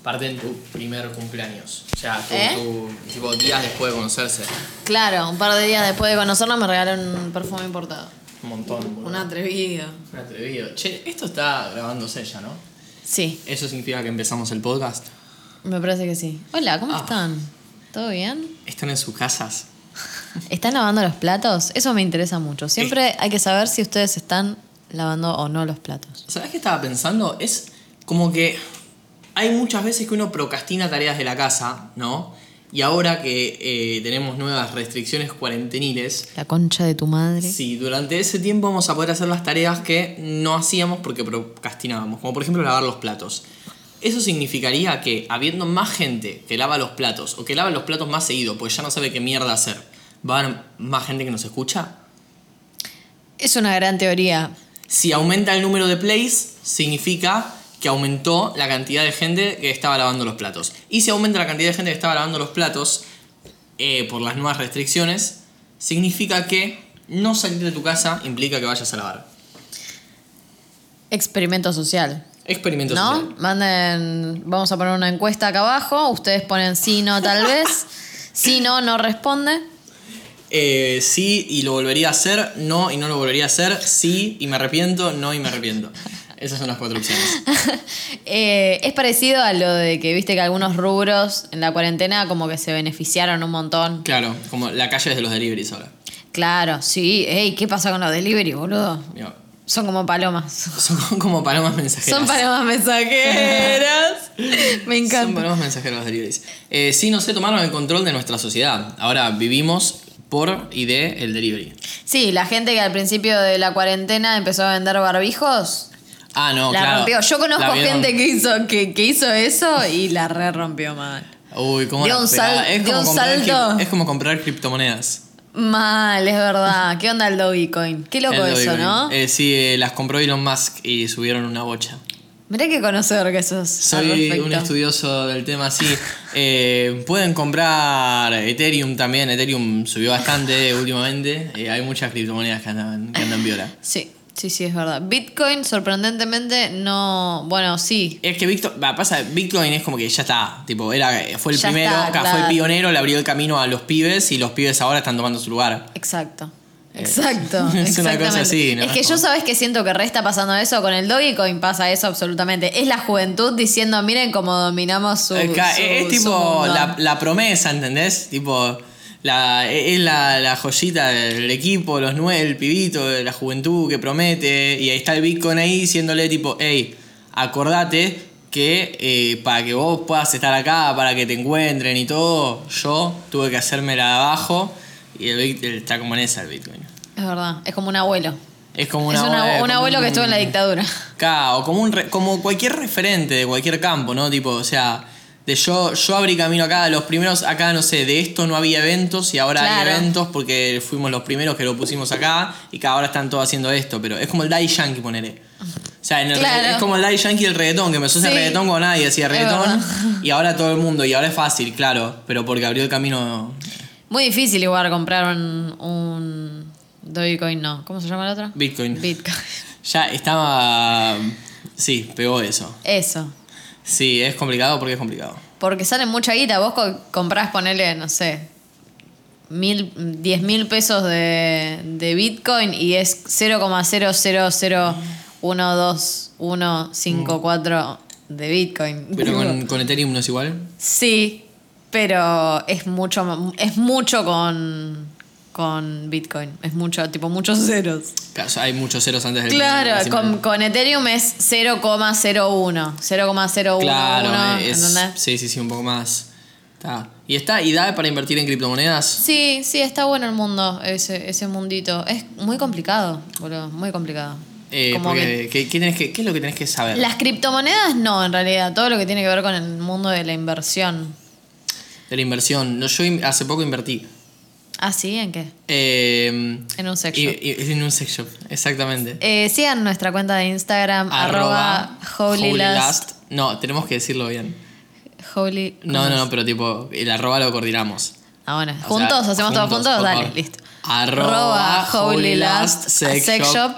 Aparte en tu primer cumpleaños. O sea, tu, ¿Eh? tu- tipo días después de conocerse. Claro, un par de días después de conocernos me regalaron un perfume importado. Un montón, boludo. Un atrevido. Un atrevido. Che, esto está grabándose ya, ¿no? Sí, ¿Eso significa que empezamos el podcast? me parece que sí. Hola, ¿cómo Ah. están? ¿Todo bien? ¿Están en sus casas? ¿Están lavando los platos? Eso me interesa mucho. Siempre hay que saber si ustedes están lavando o no los platos. ¿Sabes qué estaba pensando? Es como que hay muchas veces que uno procrastina tareas de la casa, ¿no? Y ahora que eh, tenemos nuevas restricciones cuarenteniles, La concha de tu madre. sí, durante ese tiempo vamos a poder hacer las tareas que no hacíamos porque procrastinábamos, como por ejemplo lavar los platos. Eso significaría que habiendo más gente que lava los platos o que lava los platos más seguido, pues ya no sabe qué mierda hacer, ¿va a haber más gente que nos escucha? Es una gran teoría. Si aumenta el número de plays, significa que aumentó la cantidad de gente que estaba lavando los platos. Y si aumenta la cantidad de gente que estaba lavando los platos eh, por las nuevas restricciones, significa que no salir de tu casa implica que vayas a lavar. Experimento social. Experimento ¿No? social. Manden, vamos a poner una encuesta acá abajo, ustedes ponen sí, no, tal vez. Sí, no, no responde. Eh, sí y lo volvería a hacer, no y no lo volvería a hacer, sí y me arrepiento, no y me arrepiento. Esas son las cuatro opciones. Eh, es parecido a lo de que viste que algunos rubros en la cuarentena como que se beneficiaron un montón. Claro, como la calle es de los deliveries ahora. Claro, sí. Ey, ¿qué pasa con los delivery, boludo? Mira, Son como palomas. Son como palomas mensajeras. Son palomas mensajeras. Me Son encanta. buenos mensajeros deliveries. Eh, sí, no sé, tomaron el control de nuestra sociedad. Ahora vivimos por y de el delivery. Sí, la gente que al principio de la cuarentena empezó a vender barbijos, Ah, no, la claro. rompió. Yo La conozco vieron- gente que hizo, que, que hizo eso y la re rompió mal. Uy, cómo dio la un pegaba. sal- es dio como un comprar crip- salto. Es como comprar criptomonedas. Mal, es verdad. ¿Qué onda el Dogecoin? Qué loco El eso, delivery. ¿no? Eh, sí, eh, las compró Elon Musk y subieron una bocha. Mirá que conocedor que sos. al Soy respecto. un estudioso del tema, sí. Eh, pueden comprar Ethereum también. Ethereum subió bastante últimamente. Eh, hay muchas criptomonedas que andan, que andan viola. Sí, sí, sí, es verdad. Bitcoin, sorprendentemente, no. Bueno, sí. Es que Bitcoin, pasa, Bitcoin es como que ya está, tipo, era, fue el Ya primero, está, ca- claro. fue el pionero, le abrió el camino a los pibes y los pibes ahora están tomando su lugar. Exacto. Exacto. Eh, es una exactamente. cosa así, ¿no? Es que yo sabes que siento que re está pasando eso. Con el Dogecoin pasa eso absolutamente. Es la juventud diciendo, miren cómo dominamos su. es, ca- su- es su tipo mundo". la, la promesa, ¿entendés? Tipo, la, es la, la joyita del equipo, los nueve, el pibito, de la juventud que promete, y ahí está el Bitcoin ahí diciéndole tipo, hey, acordate que eh, para que vos puedas estar acá, para que te encuentren y todo, yo tuve que hacerme la de abajo y el Bitcoin está como en esa el Bitcoin. Es verdad. Es como un abuelo. Es como una es una- eh, un como abuelo que estuvo en la dictadura. Claro, o como, un re- como cualquier referente de cualquier campo, ¿no? Tipo, o sea, de yo, yo abrí camino acá, los primeros acá, no sé, de esto no había eventos y ahora Claro. hay eventos porque fuimos los primeros que lo pusimos acá y que ahora están todos haciendo esto, pero es como el Dai Yankee, ponele. O sea, en el Claro. regga- es como el Dai Yankee del reggaetón, que empezó a hacer Sí. reggaetón cuando nadie hacía Es reggaetón verdad. y ahora todo el mundo, y ahora es fácil, claro, pero porque abrió el camino Muy difícil igual comprar un, un Dogecoin, no. ¿Cómo se llama el otro? Bitcoin. Bitcoin. Ya estaba... Sí, pegó eso. Eso. Sí, es complicado porque es complicado. Porque salen mucha guita. Vos co- comprás, ponele, no sé, mil, diez mil pesos de, de Bitcoin y es 0,0001215 de Bitcoin. Pero con, con Ethereum no es igual. Sí, pero es mucho, ma- es mucho con, con Bitcoin. Es mucho, tipo, muchos ceros. Claro, hay muchos ceros antes del Claro, del- con, con Ethereum es 0,01. 0,011. Claro, es- ¿entendés? sí, sí, sí, un poco más. Está. Y está, y da para invertir en criptomonedas. Sí, sí, está bueno el mundo, ese, ese mundito. Es muy complicado, boludo, muy complicado. Eh, Como que- porque, ¿qué, qué tenés que- qué es lo que tenés que saber? las criptomonedas no, en realidad, todo lo que tiene que ver con el mundo de la inversión. De la inversión. No, yo in- hace poco invertí. Ah, sí, ¿en qué? Eh, En un sex y- shop. y- en un sex shop, exactamente. Eh, sigan nuestra cuenta de Instagram, arroba, holy last- holylast. No, tenemos que decirlo bien. holy- No, no, no, pero tipo, el arroba lo coordinamos. Ah, bueno, O sea, juntos, hacemos todo juntos, juntos, por dale, favor. listo. Arroba, Holy Holy Last Last Sex Shop.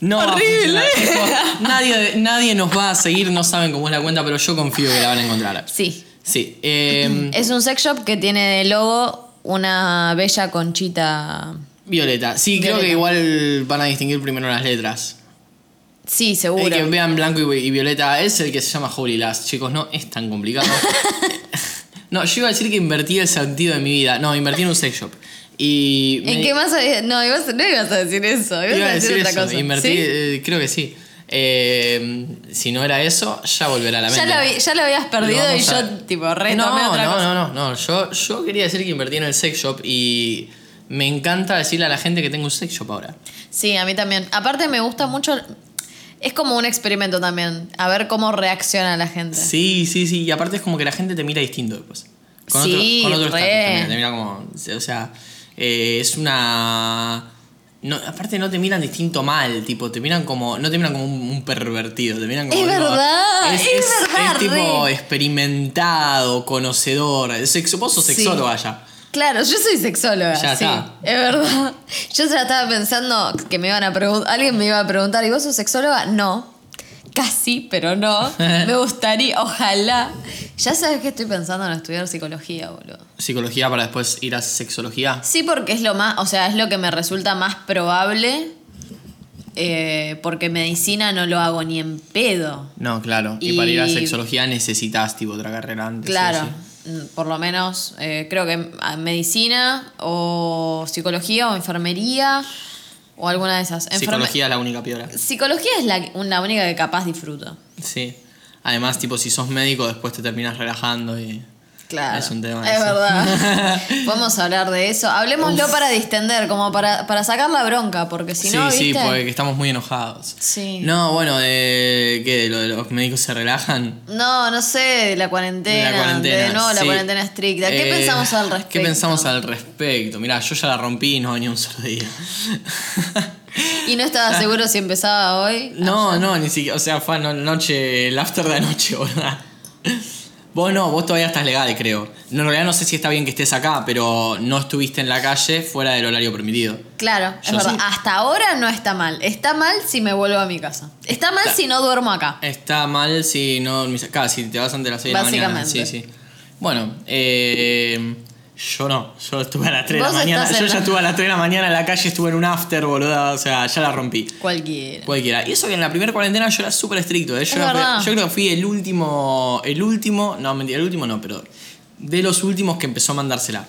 No va a Horrible. funcionar, chicos. nadie, nadie nos va a seguir, no saben cómo es la cuenta, pero yo confío que la van a encontrar. Sí. Sí. eh, Es un sex shop que tiene de logo una bella conchita. Violeta. Sí, creo Violeta. que igual van a distinguir primero las letras. Sí, seguro. El que vean blanco y, y violeta es el que se llama Holy Last. Chicos, no es tan complicado. no, yo iba a decir que invertí el sentido de mi vida. No, invertí en un sex shop. Y me- ¿En qué más había- No, ibas- no ibas a decir eso. Ibas Iba a decir otra eso, cosa. invertí, ¿Sí? eh, creo que sí. Eh, si no era eso, ya volverá a la Ya mente. la, vi- ya la habías Lo perdido y vamos yo, a- tipo, retomé no, otra no, cosa. No, no, no. Yo, yo quería decir que invertí en el sex shop y me encanta decirle a la gente que tengo un sex shop ahora. Sí, a mí también. Aparte, me gusta mucho. Es como un experimento también. A ver cómo reacciona la gente. Sí, sí, sí. Y aparte es como que la gente te mira distinto después. Con Sí, otro, con otro re. estatus también, Te mira como. O sea, eh, es una. No, aparte no te miran distinto mal, tipo, te miran como. No te miran como un, un pervertido, te miran como. Es tipo, verdad, es verdad, tipo re. experimentado, conocedor. Sexo, vos sos Sí. sexóloga ya. Claro, yo soy sexóloga. Ya sí, está. Es verdad. Yo ya estaba pensando que me iban a preguntar. Alguien me iba a preguntar, ¿y vos sos sexóloga? No. Casi, pero no. Me gustaría, ojalá. Ya sabes que estoy pensando en estudiar psicología, boludo. Psicología para después ir a sexología. Sí, porque es lo más, o sea, es lo que me resulta más probable. eh, porque medicina no lo hago ni en pedo. No, claro. Y, para ir a Y- sexología necesitas tipo otra carrera antes. sí, Claro, sí. mm, por lo menos eh, creo que ah, medicina o psicología o enfermería o alguna de esas. Enferme- Psicología es la única piedra. Psicología es la, la única que capaz disfruto. Sí. Además, tipo, si sos médico, después te terminas relajando y. Claro. Es un tema Es eso. verdad. Podemos hablar de eso. Hablemoslo para distender, como para, para sacar la bronca, porque si sí, no. sí, ¿viste? porque estamos muy enojados. Sí. No, bueno, de que lo de los médicos se relajan. No, no sé, de la cuarentena. la cuarentena. de nuevo la sí. cuarentena estricta. ¿Qué Eh, pensamos al respecto? ¿Qué pensamos al respecto? Mirá, yo ya la rompí y no venía un solo día. Y no estaba seguro si empezaba hoy. Ah. no, no, ni siquiera. O sea, fue ano- noche, el after de anoche, ¿verdad? Vos no, vos todavía estás legal, creo. No, en realidad no sé si está bien que estés acá, pero no estuviste en la calle fuera del horario permitido. Claro, es Yo verdad. sí. Hasta ahora no está mal. Está mal si me vuelvo a mi casa. Está mal si no duermo acá. Está mal si no. Casi te vas antes de las 6 de la mañana. Básicamente. Sí, sí. Bueno, eh, yo no. Yo estuve a las 3 de la Vos mañana. estás Yo en ya la- estuve a las 3 de la mañana en la calle, estuve en un after, boluda. O sea, ya la rompí. Cualquiera. Cualquiera. Y eso que en la primera cuarentena yo era súper estricto. ¿eh? Yo, Es era- verdad. yo creo que fui el último. El último. No, mentira, el último no, pero. De los últimos que empezó a mandársela.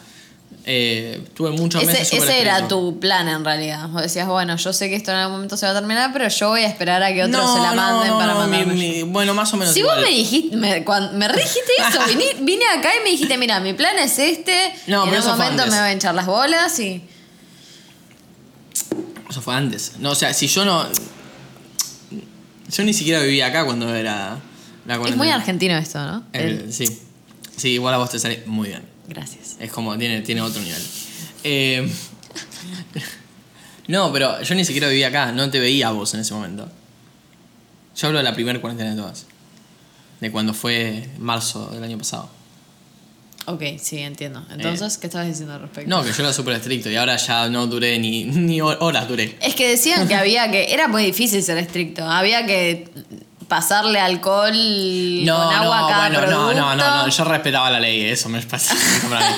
Eh, tuve muchos Ese, meses. súper ese era estricto. tu plan en realidad. Vos decías, bueno, yo sé que esto en algún momento se va a terminar, pero yo voy a esperar a que otros No, se la no, manden no, para no, mi- mandarme yo". mi- Bueno, más o menos. Si vos igual. me dijiste, me, cuan- me re dijiste eso, vine, vine acá y me dijiste, mira, mi plan es este, No, pero y en un eso fue momento antes. me va a hinchar las bolas y... Eso fue antes. No, o sea, si yo no. Yo ni siquiera vivía acá cuando era la Es cuarentena. muy argentino esto, ¿no? El- El- sí. Sí, igual a vos te sale muy bien. Gracias. Es como, tiene, tiene otro nivel. Eh, no, pero yo ni siquiera vivía acá, no te veía a vos en ese momento. Yo hablo de la primera cuarentena de todas. De cuando fue marzo del año pasado. Ok, sí, entiendo. Entonces, ¿qué estabas diciendo al respecto? Eh, No, que yo era súper estricto y ahora ya no duré ni, ni hor- horas duré. Es que decían que había que... Era muy difícil ser estricto. Había que pasarle alcohol No, con agua no, a cada bueno, no, producto. no, no, no, yo respetaba la ley, eso me pasa. para mí.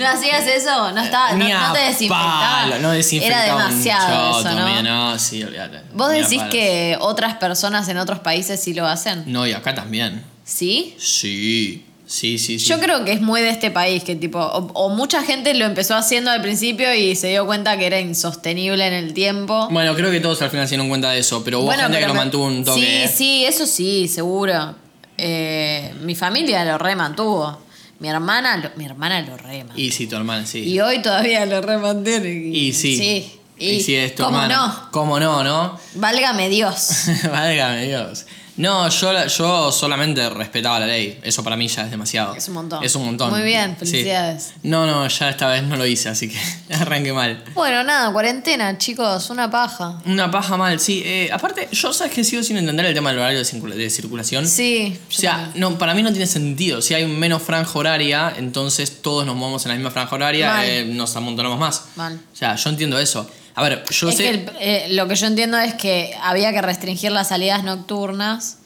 ¿No hacías eso? No, estaba, no, Ni a no te palo, desinfectabas. no desinfectaba Era un demasiado eso, choto, ¿no? mira, no, sí, olvídate. ¿Vos Ni a decís palos. que otras personas en otros países sí lo hacen? No, y acá también. ¿Sí? Sí, sí, sí, sí. Yo creo que es muy de este país, que tipo, o, o mucha gente lo empezó haciendo al principio y se dio cuenta que era insostenible en el tiempo. Bueno, creo que todos al final se dieron cuenta de eso, pero hubo gente que pero lo me- mantuvo un toque. Sí, ¿eh? sí, eso sí, seguro. Eh, mi familia lo remantuvo. Mi hermana lo, mi hermana lo remantuvo. Y sí, tu hermana, Y, sí. hoy todavía lo remantiene. Y, sí. Sí. Y, sí, es tu ¿Cómo hermana. ¿Cómo no, no? no? Válgame Dios. Válgame Dios. No, yo, la- yo solamente respetaba la ley. Eso para mí ya es demasiado. Es un montón. Es un montón. Muy bien, Sí. felicidades. No, no, ya esta vez no lo hice, así que arranqué mal. Bueno, nada, cuarentena, chicos, una paja. Una paja mal, sí. Eh, aparte, yo sabes que sigo sin entender el tema del horario de, circula- de circulación. Sí. O yo sea, también. no, para mí no tiene sentido. Si hay menos franja horaria, entonces todos nos movemos en la misma franja Mal. horaria, eh, nos amontonamos más. Mal. O sea, yo entiendo eso. A ver, yo Es sé. que el- eh, lo que yo entiendo es que había que restringir las salidas nocturnas.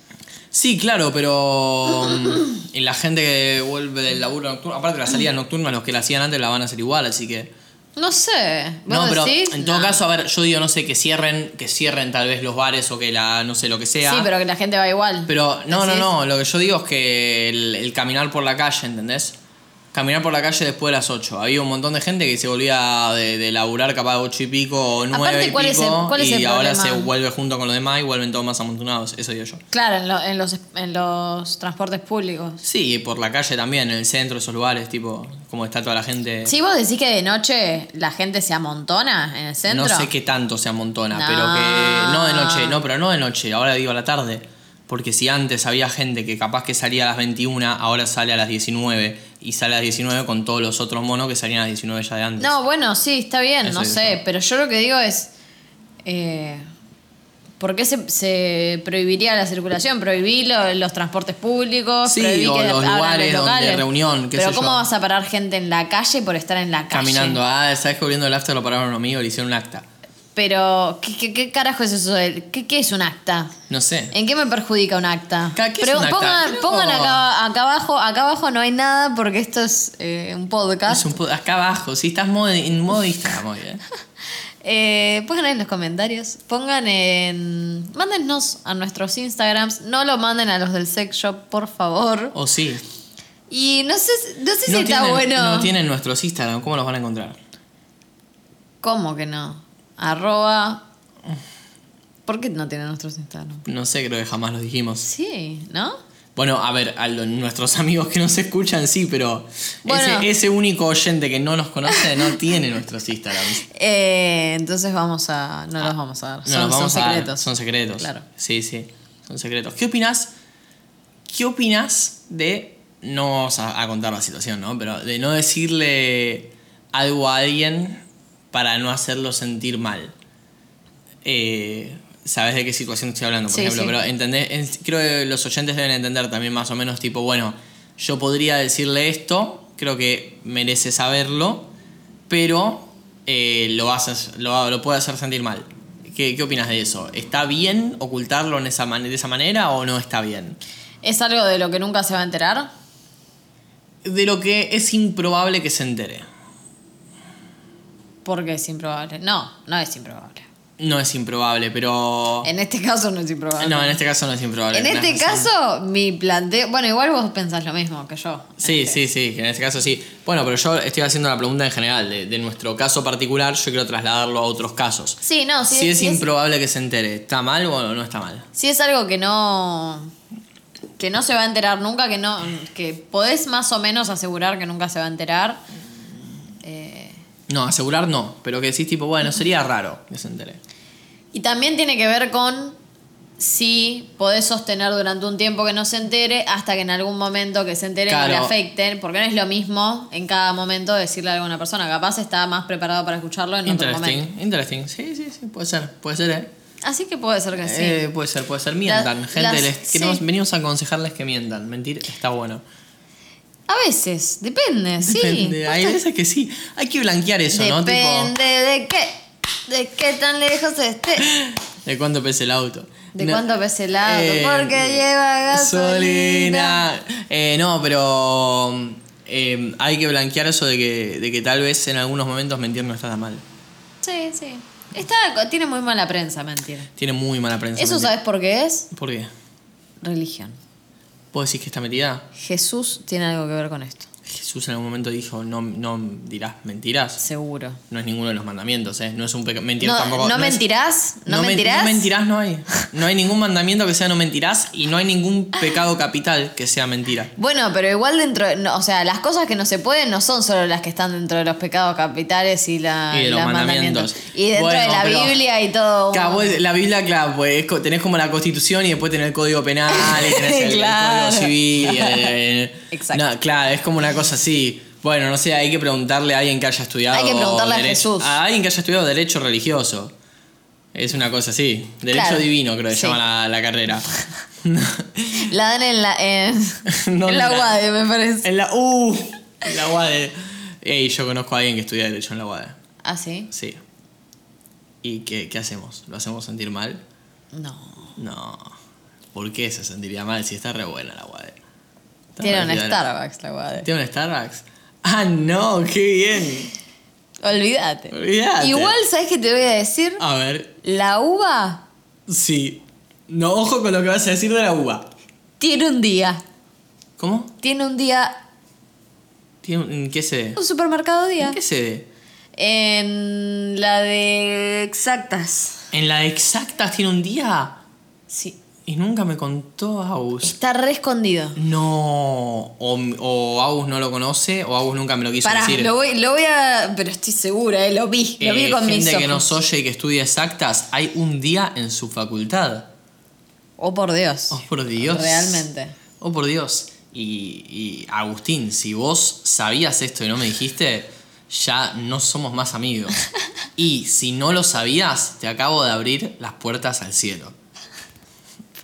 Sí, claro, pero. mm, y la gente que vuelve del laburo nocturno. Aparte, las salidas nocturnas, los que la hacían antes la van a hacer igual, así que. No sé. ¿Vos No, pero decís? en todo No. caso, a ver, yo digo, no sé, que cierren, que cierren tal vez los bares o que la. no sé, lo que sea. Sí, pero que la gente va igual. Pero no, no, Decís- no, lo que yo digo es que el, el caminar por la calle, ¿entendés? Caminar por la calle después de las 8. Había un montón de gente que se volvía de, de laburar capaz 8 y pico o 9 Aparte, y ¿cuál es el- pico, cuál es el y ahora problema? se vuelve junto con los demás y vuelven todos más amontonados, eso digo yo. Claro, en, lo- en los, en los transportes públicos. Sí, y por la calle también, en el centro, esos lugares, tipo, como está toda la gente. Si vos decís que de noche la gente se amontona en el centro. no sé qué tanto se amontona, No. pero Ah. que no de noche, no, pero no de noche, ahora digo a la tarde. Porque si antes había gente que capaz que salía a las 21, ahora sale a las 19 y sale a las 19 con todos los otros monos que salían a las 19 ya de antes. No, bueno, sí, está bien, Eso no es sé, eso. pero yo lo que digo es, eh, ¿por qué se, se prohibiría la circulación? Prohibí lo- los transportes públicos, Sí, prohibí o que los abran lugares donde locales. reunión, qué Pero sé ¿cómo yo. vas a parar gente en la calle por estar en la calle? Caminando, ah, sabes que volviendo el after lo pararon a un amigo, le hicieron un acta. Pero, ¿qué, qué, qué carajo es eso? del- ¿Qué, qué es un acta? No sé. ¿En qué me perjudica un acta? Ca- ¿qué es un acta? pongan, Creo- pongan acá, acá abajo, acá abajo no hay nada porque esto es eh, un podcast. Es un po- acá abajo, si estás mod- en modista, muy bien. Eh, pongan ahí en los comentarios. Pongan en. Mándennos a nuestros Instagrams. No lo manden a los del sex shop, por favor. O sí. Y no sé, si- no sé si está tienen, bueno. no tienen nuestros Instagram, ¿cómo los van a encontrar? ¿Cómo que no? Arroba. ¿Por qué no tienen nuestros Instagram? No sé, creo que jamás los dijimos. Sí, ¿no? Bueno, a ver, a lo- nuestros amigos que nos escuchan sí, pero Bueno. ese, ese único oyente que no nos conoce no tiene nuestros Instagrams. Eh, entonces vamos a. No los vamos a dar. Ah, No, son, los vamos son a dar, secretos. son secretos. Claro. Sí, sí, son secretos. ¿Qué opinas? ¿Qué opinas de no vamos a, a contar la situación, ¿no? Pero de no decirle algo a alguien para no hacerlo sentir mal. Eh, Sabes de qué situación estoy hablando, por Sí, ejemplo, sí. pero entendés, En- creo que los oyentes deben entender también más o menos tipo, bueno, yo podría decirle esto, creo que merece saberlo, pero eh, lo, haces, lo, lo puede hacer sentir mal. ¿Qué, qué opinas de eso? ¿Está bien ocultarlo en esa man- de esa manera o no está bien? ¿Es algo de lo que nunca se va a enterar? De lo que es improbable que se entere. Porque es improbable. No, no es improbable. No es improbable, pero... En este caso no es improbable. No, en este caso no es improbable. En tenés este razón. caso, mi planteo. Bueno, igual vos pensás lo mismo que yo. Sí, Este, sí, sí, que en este caso sí. Bueno, pero yo estoy haciendo la pregunta en general. De, de nuestro caso particular, yo quiero trasladarlo a otros casos. Sí, no, sí. si es, sí improbable que se entere, ¿está mal o no está mal? sí es algo que no. que no se va a enterar nunca, que no. que podés más o menos asegurar que nunca se va a enterar. Eh, No, asegurar no, pero que decís tipo, bueno, sería raro que se entere. y también tiene que ver con si podés sostener durante un tiempo que no se entere hasta que en algún momento que se entere no le Claro. afecten, porque no es lo mismo en cada momento decirle algo a una persona. Capaz está más preparado para escucharlo en otro momento. Interesting, interesting. Sí, sí, sí, puede ser, puede ser, ¿eh? Así que puede ser que Ah, sí. Eh, puede ser, puede ser. Mientan, Las- gente, las- les sí. queremos- venimos a aconsejarles que mientan. Mentir está bueno. A veces, depende, sí. Depende, Hay Posta- veces que sí. Hay que blanquear eso, ¿no? Tipo, Depende de qué, de qué tan lejos esté, de cuánto pesa el auto. de No. cuánto pesa el auto, Eh, porque lleva gasolina. gasolina. Eh, no, pero eh, hay que blanquear eso de que, de que tal vez en algunos momentos mentir no está tan mal. Sí, sí. Está, tiene muy mala prensa, mentira. Tiene muy mala prensa. ¿Eso mentir. sabes por qué es? ¿Por qué? Religión. ¿Vos decís que está metida? Jesús tiene algo que ver con esto, Jesús en algún momento dijo, no, no dirás mentiras. seguro. No es ninguno de los mandamientos, ¿eh? No es un pecado. Mentir No, tampoco. no es- mentirás, no, men- mentirás. No mentirás no hay. No hay ningún mandamiento que sea no mentirás y no hay ningún pecado capital que sea mentira. Bueno, pero igual dentro, de- no, o sea, las cosas que no se pueden no son solo las que están dentro de los pecados capitales y, la, Y de los mandamientos. Y dentro de Bueno, la pero- Biblia y todo. Claro, vos- la Biblia, claro, pues, es co- tenés como la constitución y después tenés el código penal, y tenés el- el, Claro. código civil. y el- el- Exacto. no, claro, es como una cosa así. Bueno, no sé, hay que preguntarle a alguien que haya estudiado. Hay que preguntarle a Jesús. A alguien que haya estudiado derecho religioso. Es una cosa así. Derecho Claro. divino, creo que Sí. llama la, la carrera. La dan en la, en, No, en la la- UADE, me parece. en la U, en la UADE. Ey, yo conozco a alguien que estudia derecho en la UADE. ¿Ah, sí? Sí. ¿Y qué, qué hacemos? ¿Lo hacemos sentir mal? No. No. ¿Por qué se sentiría mal si está re buena la Wade? Está Tiene un parecida a la- Starbucks la guade. ¿Tiene un Starbucks? Ah, no, qué bien. Olvídate. Olvídate. Igual, ¿sabes qué te voy a decir? A ver, La uva sí. No, ojo con lo que vas a decir de la uva. tiene un día. ¿Cómo? Tiene un día. ¿Tiene un- ¿Qué sede? Un supermercado día. ¿Qué sede? En la de exactas. En la exacta tiene un día Sí. y nunca me contó Agus. Está re escondido. No, o, o Agus no lo conoce o Agus nunca me lo quiso Pará, decir. lo voy, lo voy a. Pero estoy segura, eh, lo vi. Lo vi Eh, con mis gente ojos. que nos oye y que estudia exactas, hay un día en su facultad. Oh, por Dios. Oh, por Dios. Realmente. Oh, por Dios. Y, y, Agustín, si vos sabías esto y no me dijiste, ya no somos más amigos. Y si no lo sabías, te acabo de abrir las puertas al cielo.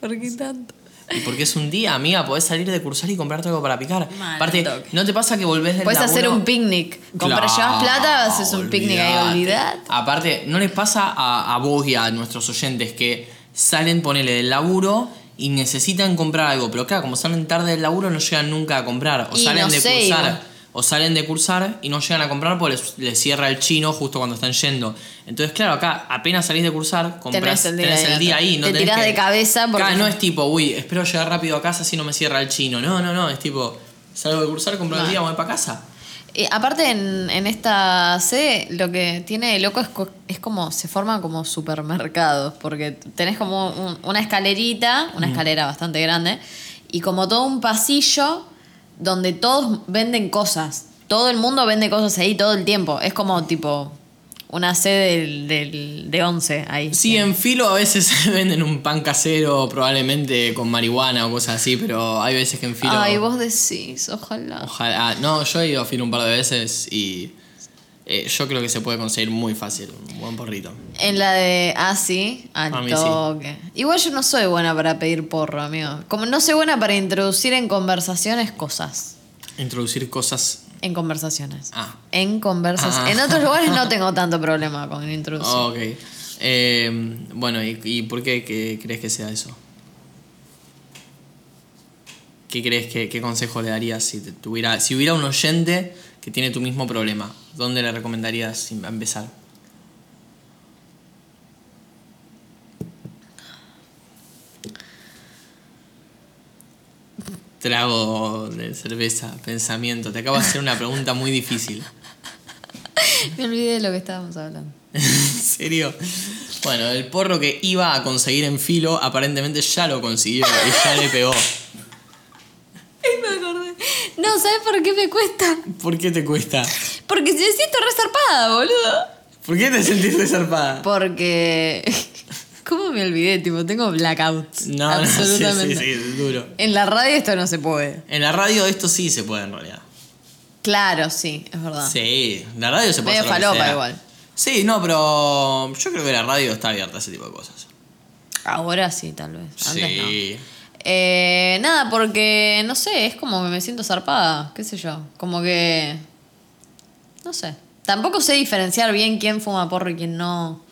¿Por qué tanto? Y porque es un día, amiga, podés salir de cursar y comprarte algo para picar. Mal, Aparte, al toque. ¿no te pasa que volvés del Puedes hacer laburo? un picnic. Compras, Claro, llevas plata, haces un picnic ahí, olvidate. Aparte, ¿no les pasa a, a vos y a nuestros oyentes que salen, ponele, del laburo y necesitan comprar algo? Pero claro, como salen tarde del laburo, no llegan nunca a comprar. O Y salen no de sé, cursar. igual. O salen de cursar y no llegan a comprar porque les, les cierra el chino justo cuando están yendo. Entonces, claro, acá apenas salís de cursar, compras, Tenés el día ahí, ahí. No te tenés tirás que- de cabeza porque- Claro, no es tipo, uy, espero llegar rápido a casa si no me cierra el chino. No, no, no, es tipo, salgo de cursar, compro el Mal. día, voy para casa. Eh, aparte, en, en esta sede, lo que tiene de loco es, co- es como se forman como supermercados, porque tenés como un- una escalerita, Mm. una escalera bastante grande, y como todo un pasillo donde todos venden cosas. Todo el mundo vende cosas ahí todo el tiempo. Es como tipo una sede del, del- de 11 ahí. Sí, en filo a veces se venden un pan casero, probablemente con marihuana o cosas así, pero hay veces que en filo. Ay, vos decís, ojalá. Ojalá. ah, No, yo he ido a filo un par de veces y eh, yo creo que se puede conseguir muy fácil un buen porrito. En la de. Ah, sí, A al mí sí. toque. Igual yo no soy buena para pedir porro, amigo. Como no soy buena para introducir en conversaciones cosas. Introducir cosas. En conversaciones. Ah. En conversaciones. Ah. Oh. En otros lugares no tengo tanto problema con introducir. ok. Eh, bueno, ¿y, y por qué, que- crees que sea eso? ¿Qué crees que qué consejo le darías si te tuviera si hubiera un oyente que tiene tu mismo problema? ¿Dónde le recomendarías em- empezar? Trago de cerveza, pensamiento. Te acabo de hacer una pregunta muy difícil. Me olvidé de lo que estábamos hablando. ¿En serio? Bueno, el porro que iba a conseguir en filo aparentemente ya lo consiguió y ya le pegó. Ay, me acordé. No, ¿sabes por qué me cuesta? ¿Por qué te cuesta? Porque me siento resarpada, boludo. ¿Por qué te sentiste zarpada? Porque. ¿Cómo me olvidé? Tipo, tengo blackouts. No, no, sí, absolutamente. sí, sí, es duro. En la radio esto no se puede. En la radio esto sí se puede en realidad. Claro, sí, es verdad. Sí, la radio se puede Ah. Medio hacer lo que falopa sea. igual. Sí, no, pero yo creo que la radio está abierta a ese tipo de cosas. Ahora sí, tal vez. Antes no. sí. Eh, nada, porque no sé, es como que me siento zarpada, qué sé yo. Como que. No sé. Tampoco sé diferenciar bien quién fuma porro y quién no.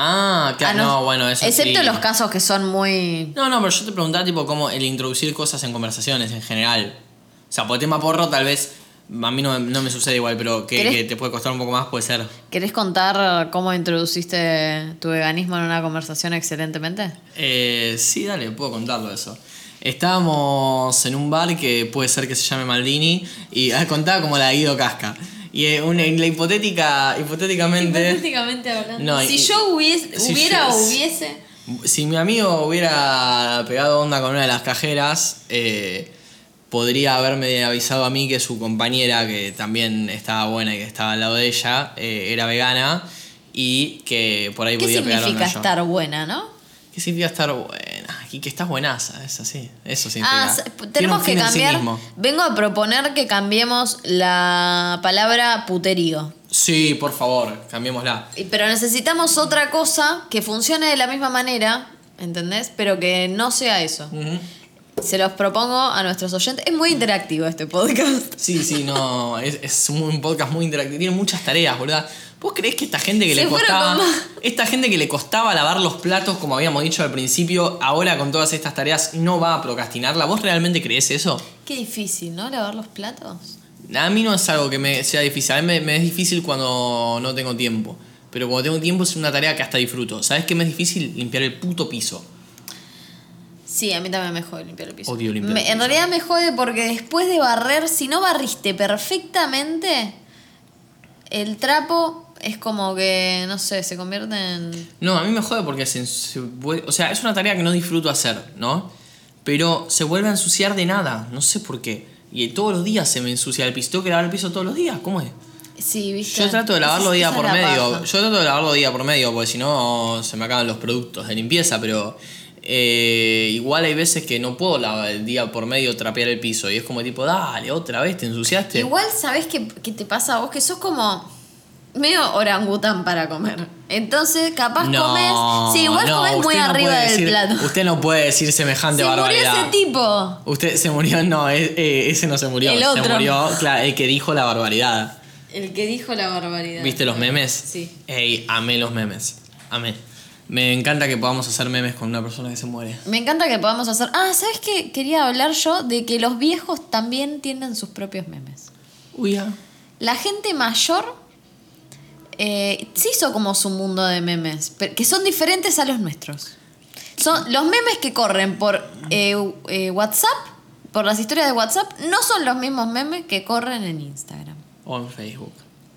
Ah, Ah, claro, no, bueno, eso Excepto sí. los casos que son muy. No, no, pero yo te preguntaba tipo como el introducir cosas en conversaciones en general. O sea, por el tema porro tal vez a mí no, no me sucede igual, pero que, ¿Querés? que te puede costar un poco más puede ser. ¿Querés contar cómo introduciste tu veganismo en una conversación excelentemente? Eh, sí, dale, puedo contarlo eso. Estábamos en un bar que puede ser que se llame Maldini y ah, contaba como la de Guido Casca. Y eh, una, en la hipotética, hipotéticamente, Prácticamente hablando. No, y- hubiese, si yo- hubiese. si mi amigo hubiera pegado onda con una de las cajeras, eh, podría haberme avisado a mí que su compañera, que también estaba buena y que estaba al lado de ella, eh, era vegana y que por ahí ¿Qué podía pegar significa onda yo. estar buena, no? ¿Qué significa estar buena? Y que estás buenaza, es así. Eso significa. Ah, Tiene un tenemos que fin en sí cambiar. mismo. Vengo a proponer que cambiemos la palabra puterío. Sí, por favor, cambiémosla. Y- Pero necesitamos otra cosa que funcione de la misma manera, ¿entendés? Pero que no sea eso. Ujú. Se los propongo a nuestros oyentes. Es muy interactivo este podcast. Sí, sí, no. Es, es un podcast muy interactivo. Tiene muchas tareas, ¿verdad? ¿Vos creés que esta gente que Se le fueron costaba. con- Esta gente que le costaba lavar los platos, como habíamos dicho al principio, ahora con todas estas tareas no va a procrastinarla? ¿Vos realmente creés eso? Qué difícil, ¿no? Lavar los platos. A mí no es algo que me sea difícil. A mí me, me es difícil cuando no tengo tiempo. Pero cuando tengo tiempo es una tarea que hasta disfruto. ¿Sabes qué me es difícil? Limpiar el puto piso. Sí, a mí también me jode limpiar el piso. Odio limpiar Me- el En piso. realidad me jode porque después de barrer, si no barriste perfectamente, el trapo es como que, no sé, se convierte en... No, a mí me jode porque se, se vuel- o sea, es una tarea que no disfruto hacer, ¿no? Pero se vuelve a ensuciar de nada, no sé por qué. Y todos los días se me ensucia el piso. Tengo que lavar el piso todos los días, ¿cómo es? Sí, viste. Yo trato de lavarlo Esa- día esa por es la medio. paja. Yo trato de lavarlo día por medio, porque si no se me acaban los productos de limpieza, pero eh, igual hay veces que no puedo lavar el día por medio trapear el piso. Y es como tipo, dale, otra vez te ensuciaste. Igual sabés que, que te pasa a vos que sos como medio orangután para comer. Entonces, capaz comes. Sí, igual no, comes muy usted no arriba puede del decir- plato. Usted no puede decir semejante Se murió barbaridad. ese tipo. Usted se murió, no, e- e- ese no se murió. El Se otro. murió, claro, el que dijo la barbaridad. El que dijo la barbaridad. ¿Viste los memes? Sí. Ey, amé los memes. Amé. Me encanta que podamos hacer memes con una persona que se muere. Me encanta que podamos hacer. Ah, ¿sabes qué? Quería hablar yo de que los viejos también tienen sus propios memes. Uy, ah. La gente mayor eh, se hizo como su mundo de memes, pe- que son diferentes a los nuestros. Son los memes que corren por eh, eh, WhatsApp, por las historias de WhatsApp, no son los mismos memes que corren en Instagram O en Facebook.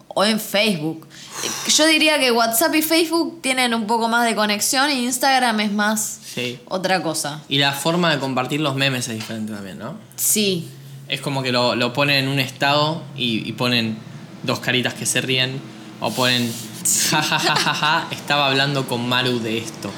o en Facebook. Eh, Yo diría que WhatsApp y Facebook tienen un poco más de conexión y Instagram es más Sí. otra cosa. Y la forma de compartir los memes es diferente también, ¿no? Sí, Es como que lo, lo ponen en un estado y, y ponen dos caritas que se ríen. O ponen, ja, ja, ja, ja, ja, estaba hablando con Maru de esto.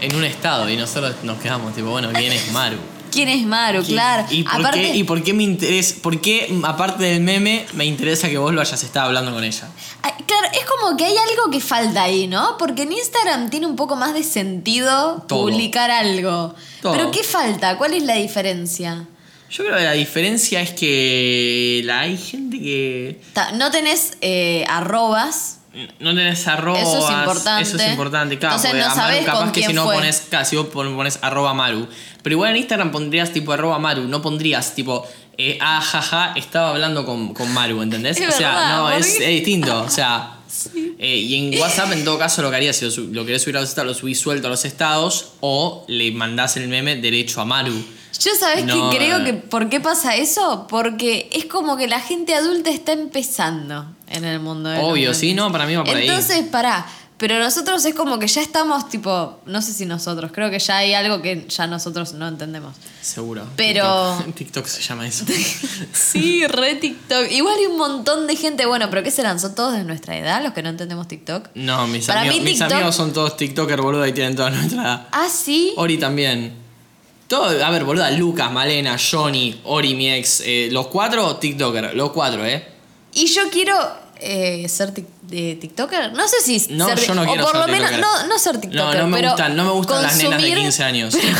En un estado. Y nosotros nos quedamos tipo, bueno, ¿quién es Maru? ¿quién es Maru? ¿Quién- Claro. ¿Y por, Aparte, qué, ¿Y por qué me interesa? ¿Por qué, aparte del meme, me interesa que vos lo hayas estado hablando con ella? Ay, Claro, es como que hay algo que falta ahí, ¿no? Porque en Instagram tiene un poco más de sentido Todo. publicar algo. Todo. Pero ¿qué falta? ¿Cuál es la diferencia? Yo creo que la diferencia es que la, hay gente que Ta- No tenés eh, arrobas. No tenés arrobas. Eso es importante. Eso es importante, claro. Entonces porque no a Maru sabés capaz con que si quién no fue. pones, claro, si vos pon- pones arroba Maru. Pero igual en Instagram pondrías tipo arroba Maru, no pondrías tipo eh, ah, jaja, estaba hablando con, con Maru, ¿entendés? Es o sea, verdad, no, ¿por es, qué? es distinto. O sea. eh, y en WhatsApp en todo caso lo que harías, si lo, su- lo querés subir a los estados, lo subís suelto a los estados o le mandás el meme derecho a Maru. Yo sabés No, que creo eh. que por qué pasa eso, porque es como que la gente adulta está empezando en el mundo. de los Obvio, memes. sí, no, para mí va por ahí. Entonces, pará. Pero nosotros es como que ya estamos tipo, no sé si nosotros, creo que ya hay algo que ya nosotros no entendemos. Seguro. Pero- TikTok, TikTok se llama eso. Sí, re TikTok. Igual hay un montón de gente, bueno, pero ¿qué serán? ¿Son todos de nuestra edad los que no entendemos TikTok? No, mis, Para amigos, mí mis TikTok- amigos son todos TikToker, boludo, y tienen toda nuestra edad. Ah, sí. Ori también. Todo, a ver, boluda, Lucas, Malena, Johnny, Ori, mi ex, eh, los cuatro TikToker, los cuatro, ¿eh? Y yo quiero eh, ser tic- de TikToker. No sé si No, ser yo no o quiero por ser lo menos TikToker. no, no ser No, TikToker. no me pero gustan- no me gustan las nenas de consumir- 15 años. pero-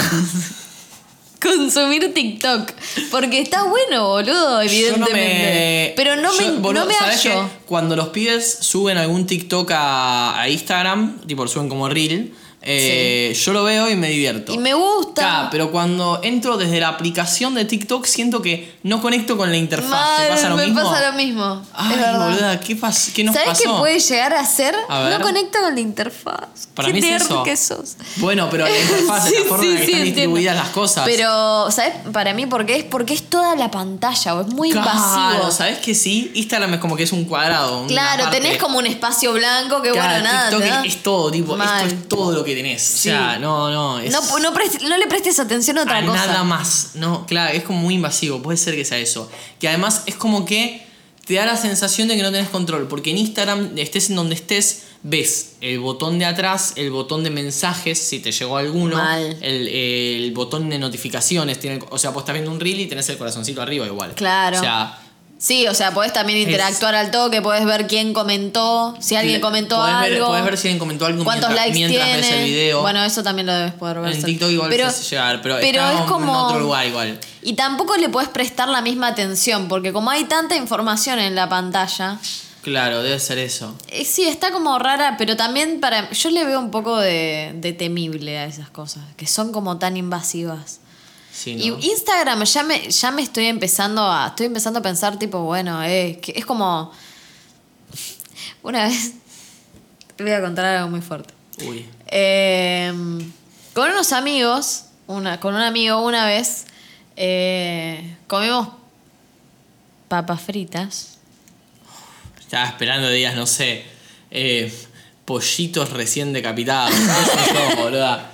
consumir TikTok. Porque está bueno, boludo, Yo no evidentemente. me- Pero yo, no me, boludo, no me ¿sabés hallo. qué? Cuando los pibes suben algún TikTok a, a Instagram, tipo lo suben como Reel, eh, yo lo veo y me divierto. Y me gusta. Claro, pero cuando entro desde la aplicación de TikTok siento que no conecto con la interfaz. ¿Te Mal, pasa lo me mismo? pasa lo mismo. Ay, es verdad. boluda, ¿qué, pas- qué nos ¿Sabes pasó? qué puede llegar a ser? A ver. No conecta con la interfaz. Para qué mí es nerd eso. que sos. Bueno, pero la interfaz es la Sí, forma sí, en la que sí, están entiendo. distribuidas las cosas. Pero, ¿sabes? Para mí, ¿por qué? Es porque es toda la pantalla, o es muy invasivo. Claro, ¿sabes que sí? Instagram es como que es un cuadrado. una Claro, parte. tenés como un espacio blanco que, Claro, bueno, nada. TikTok te da- es, es todo, tipo, Mal. esto es todo lo que tenés. O sea, Sí. no, no. Es No, pu- no, prest- no le prestes atención a otra a cosa. nada más. No, claro, es como muy invasivo. Puede ser que sea eso. Que además es como que te da la sensación de que no tenés control. Porque en Instagram, estés en donde estés, ves el botón de atrás, el botón de mensajes, si te llegó alguno, Mal. El, el botón de notificaciones. tiene- o sea, vos estás viendo un reel y tenés el corazoncito arriba igual. Claro. O sea, Sí, o sea, podés también interactuar al toque, podés ver quién comentó, si alguien comentó podés ver- algo. podés ver si alguien comentó algo cuántos mientras- likes mientras tiene. ves el video. Bueno, eso también lo debes poder ver. en solo. TikTok igual pero, se hace llegar, pero, pero está es en como otro lugar igual. Y tampoco le podés prestar la misma atención, porque como hay tanta información en la pantalla, Claro, debe ser eso. Eh, Sí, está como rara, pero también para. Yo le veo un poco de, de temible a esas cosas, que son como tan invasivas. Sí, Y ¿no? Instagram ya me, ya me estoy empezando a. Estoy empezando a pensar, tipo, bueno, eh, que es como. Una vez. Te voy a contar algo muy fuerte. Uy. Eh, con unos amigos, una, con un amigo una vez, eh, comimos papas fritas. Estaba esperando días, no sé. eh, pollitos recién decapitados. Eso no, boluda.